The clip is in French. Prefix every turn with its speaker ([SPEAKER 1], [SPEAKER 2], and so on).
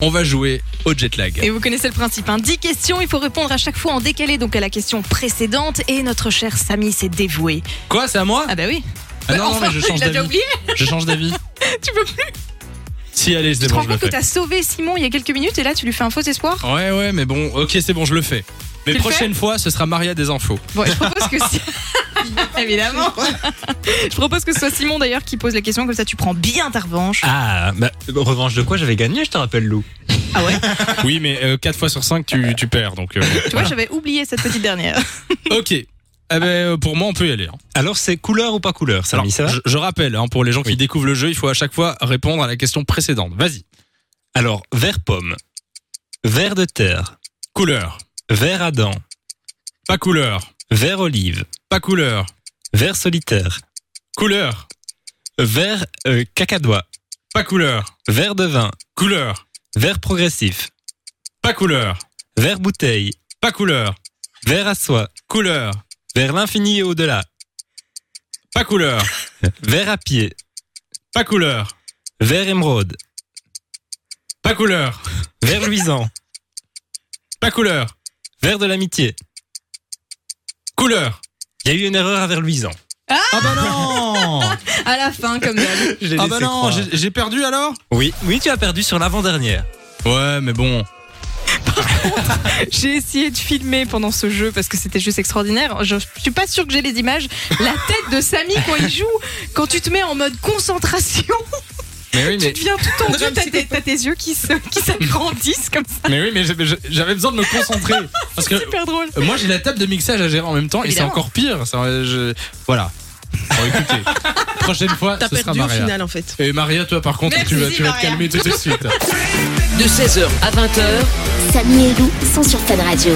[SPEAKER 1] On va jouer au jet lag.
[SPEAKER 2] Et vous connaissez le principe, hein. 10 questions, il faut répondre à chaque fois en décalé, donc à la question précédente. Et notre cher Samy s'est dévoué.
[SPEAKER 1] Quoi, c'est à moi
[SPEAKER 2] Ah bah oui,
[SPEAKER 1] Ah Non, non, mais je change
[SPEAKER 2] il a déjà
[SPEAKER 1] d'avis.
[SPEAKER 2] oublié,
[SPEAKER 1] Je change d'avis.
[SPEAKER 2] tu peux plus.
[SPEAKER 1] Si, allez, c'est
[SPEAKER 2] Tu te
[SPEAKER 1] bon,
[SPEAKER 2] rends
[SPEAKER 1] je le
[SPEAKER 2] compte que
[SPEAKER 1] fais.
[SPEAKER 2] t'as sauvé Simon il y a quelques minutes et là tu lui fais un faux espoir
[SPEAKER 1] Ouais, ouais, mais bon, ok, c'est bon, je le fais. Mais
[SPEAKER 2] Tu le
[SPEAKER 1] prochaine fois, ce sera Maria des infos.
[SPEAKER 2] Bon, je propose que... si- Évidemment. je propose que ce soit Simon d'ailleurs qui pose la question, comme ça tu prends bien ta revanche.
[SPEAKER 3] Ah, bah, revanche de quoi j'avais gagné, je te rappelle, Lou.
[SPEAKER 2] Ah ouais
[SPEAKER 1] Oui, mais 4 fois sur 5, tu, tu perds, donc. euh,
[SPEAKER 2] Tu vois, j'avais oublié cette petite dernière.
[SPEAKER 1] ok. Eh ben, euh, pour moi, on peut y aller. hein.
[SPEAKER 3] Alors, c'est couleur ou pas couleur, ça,
[SPEAKER 1] Alors,
[SPEAKER 3] ça va
[SPEAKER 1] je, je rappelle, hein, pour les gens qui
[SPEAKER 3] Oui.
[SPEAKER 1] découvrent le jeu, il faut à chaque fois répondre à la question précédente. Vas-y.
[SPEAKER 3] Alors, vert pomme, vert de terre,
[SPEAKER 1] Couleur.
[SPEAKER 3] vert Adam,
[SPEAKER 1] Pas couleur.
[SPEAKER 3] vert olive,
[SPEAKER 1] Pas couleur.
[SPEAKER 3] vert solitaire,
[SPEAKER 1] Couleur.
[SPEAKER 3] vert euh, cacadois,
[SPEAKER 1] Pas couleur.
[SPEAKER 3] vert de vin,
[SPEAKER 1] Couleur.
[SPEAKER 3] vert progressif,
[SPEAKER 1] Pas couleur.
[SPEAKER 3] vert bouteille,
[SPEAKER 1] Pas couleur.
[SPEAKER 3] vert à soie,
[SPEAKER 1] Couleur.
[SPEAKER 3] vers l'infini et au-delà,
[SPEAKER 1] Pas couleur.
[SPEAKER 3] vert à pied,
[SPEAKER 1] Pas couleur.
[SPEAKER 3] vert émeraude,
[SPEAKER 1] Pas couleur.
[SPEAKER 3] vert luisant,
[SPEAKER 1] Pas couleur.
[SPEAKER 3] vert de l'amitié.
[SPEAKER 1] Couleur.
[SPEAKER 3] Il y a eu une erreur à vert luisant.
[SPEAKER 1] Ah bah non
[SPEAKER 2] À la fin, comme d'hab.
[SPEAKER 1] Ah bah non, j'ai j'ai perdu alors
[SPEAKER 3] Oui, oui, tu as perdu sur l'avant-dernière.
[SPEAKER 1] Ouais, mais bon.
[SPEAKER 2] J'ai essayé de filmer pendant ce jeu parce que c'était juste extraordinaire. Je suis pas sûre que j'ai les images. La tête de Samy quand il joue, quand tu te mets en mode concentration.
[SPEAKER 1] Mais oui, mais,
[SPEAKER 2] Tu deviens tout tendu, t'as tes, t'as tes yeux qui, se- qui s'agrandissent comme ça.
[SPEAKER 1] mais oui, mais j'avais- j'avais besoin de me concentrer. Parce que
[SPEAKER 2] Super drôle.
[SPEAKER 1] Euh, moi, j'ai la table de mixage à gérer en même temps et c'est
[SPEAKER 2] Évidemment.
[SPEAKER 1] encore pire. Ça, je- Voilà. Bon, écoutez, prochaine fois,
[SPEAKER 4] T'as
[SPEAKER 1] ce sera
[SPEAKER 4] perdu au
[SPEAKER 1] Maria.
[SPEAKER 4] final en fait.
[SPEAKER 1] Et Maria, toi, par contre,
[SPEAKER 2] Merci,
[SPEAKER 1] tu vas, tu vas te
[SPEAKER 2] Maria.
[SPEAKER 1] calmer tout de suite.
[SPEAKER 5] de 16h à 20h
[SPEAKER 6] Samy et Lou sont sur Fan Radio.